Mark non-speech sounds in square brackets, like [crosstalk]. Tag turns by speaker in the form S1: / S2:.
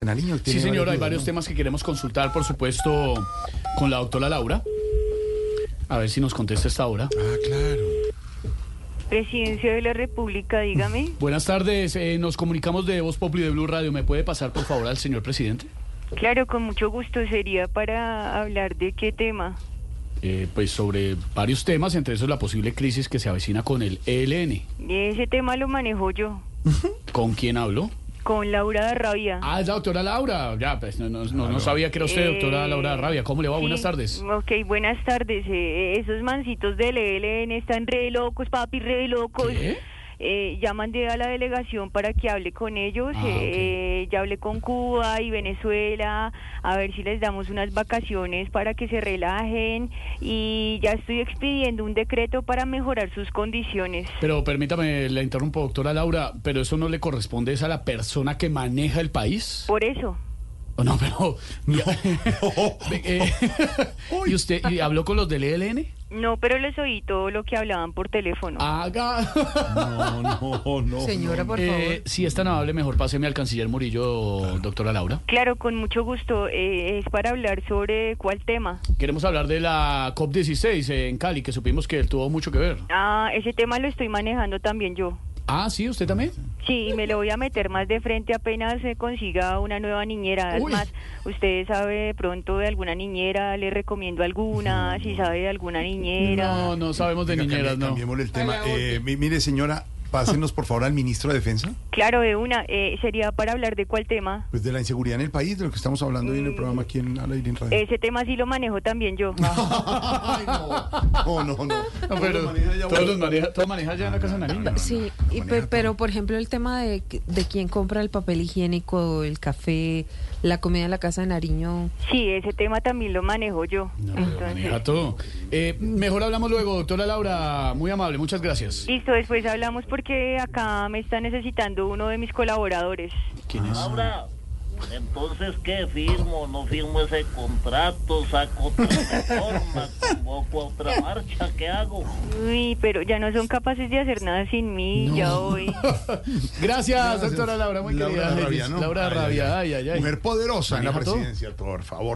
S1: Nariño
S2: Sí,
S1: tiene
S2: señor, hay
S1: dudas,
S2: varios
S1: ¿no?
S2: temas que queremos consultar, por supuesto, con la doctora Laura. A ver si nos contesta esta hora.
S1: Ah, claro.
S3: Presidencia de la República, dígame.
S2: Buenas tardes, eh, nos comunicamos de Voz Populi de Blue Radio. ¿Me puede pasar, por favor, al señor presidente?
S3: Claro, con mucho gusto. Sería para hablar de qué tema.
S2: Eh, pues sobre varios temas, entre esos la posible crisis que se avecina con el E ELN.
S3: Ese tema lo manejo yo.
S2: ¿Con quién habló?
S3: Con Laura de Rabia.
S2: Ah, es la doctora Laura. Ya, pues no, no- no- no sabía que era usted, doctora
S3: Eh,
S2: Laura Rabia. ¿Cómo le va?
S3: sí.
S2: Buenas tardes.
S3: Ok, buenas tardes. Eh, esos mancitos del ELN están re locos, papi, re locos.
S2: ¿Qué?
S3: Eh, ya mandé a la delegación para que hable con ellos.
S2: Ah,
S3: Eh, ya hablé con Cuba y Venezuela, a ver si les damos unas vacaciones para que se relajen. Y ya estoy expidiendo un decreto para mejorar sus condiciones.
S2: Pero permítame, la interrumpo, doctora Laura, pero eso no le corresponde es a la persona que maneja el país.
S3: Por eso.
S2: Oh, No, pero. No. [laughs] Eh,
S1: [laughs]
S2: ¿Y usted y habló con los del E ELN?
S3: No, pero les oí todo lo que hablaban por teléfono.
S2: Ah. [laughs] Haga.
S1: [laughs] No, no, no.
S4: Señora, por favor.
S2: Eh, si es tan amable, mejor páseme al canciller Murillo, doctora Laura.
S3: Claro, con mucho gusto. Eh, es para hablar sobre cuál tema.
S2: Queremos hablar de la COP16 en Cali, que supimos que tuvo mucho que ver.
S3: Ah, ese tema lo estoy manejando también yo.
S2: Ah, sí, usted también.
S3: Sí, y me lo voy a meter más de frente apenas se consiga una nueva niñera. Es
S2: Uy.
S3: más, usted sabe de pronto de alguna niñera, le recomiendo alguna, si sabe de alguna niñera.
S2: No, no sabemos de
S1: Venga,
S2: niñeras,
S1: cambie-
S2: no.
S1: Cambiémosle el tema.
S4: la
S1: Eh, mi- mire, señora, pásenos por favor al ministro de Defensa,
S3: Claro, de una. Eh, sería para hablar de cuál tema.
S1: pues de la inseguridad en el país, de lo que estamos hablando hoy en el programa aquí en Al Aire en Radio.
S3: Ese tema sí lo manejo también yo.
S1: Ay, no. No, no, no.
S2: No,
S1: Todo
S2: pero
S1: lo maneja ya
S2: todos los
S1: bueno.
S2: maneja, todo maneja ya en la casa de Nariño.
S4: Sí,
S1: no,
S4: y
S1: maneja
S4: pe-
S1: todo.
S4: pero por ejemplo el tema de, de quién compra el papel higiénico, el café, la comida en la casa de Nariño.
S3: Sí, ese tema también lo manejo yo.
S2: No, pero
S3: Entonces,
S2: maneja todo. Eh, mejor hablamos luego, doctora Laura. Muy amable, muchas gracias.
S3: Listo, después hablamos porque acá me está necesitando uno de mis colaboradores.
S2: ¿Quién es?
S5: Ah. Ahora, entonces, ¿qué firmo? No firmo ese contrato, saco otra [laughs] reforma, convoco a otra marcha, ¿qué hago?
S3: Uy, pero ya no son capaces de hacer nada sin mí, ya hoy.
S2: Gracias, doctora Laura, muy
S1: Laura
S2: querida.
S1: Rabia, ¿no?
S2: Laura
S1: Ay, ay,
S2: Rabia,
S1: ay.
S2: ay, ay, ay.
S1: Mujer poderosa en la
S2: Maneja todo.
S1: presidencia, por favor.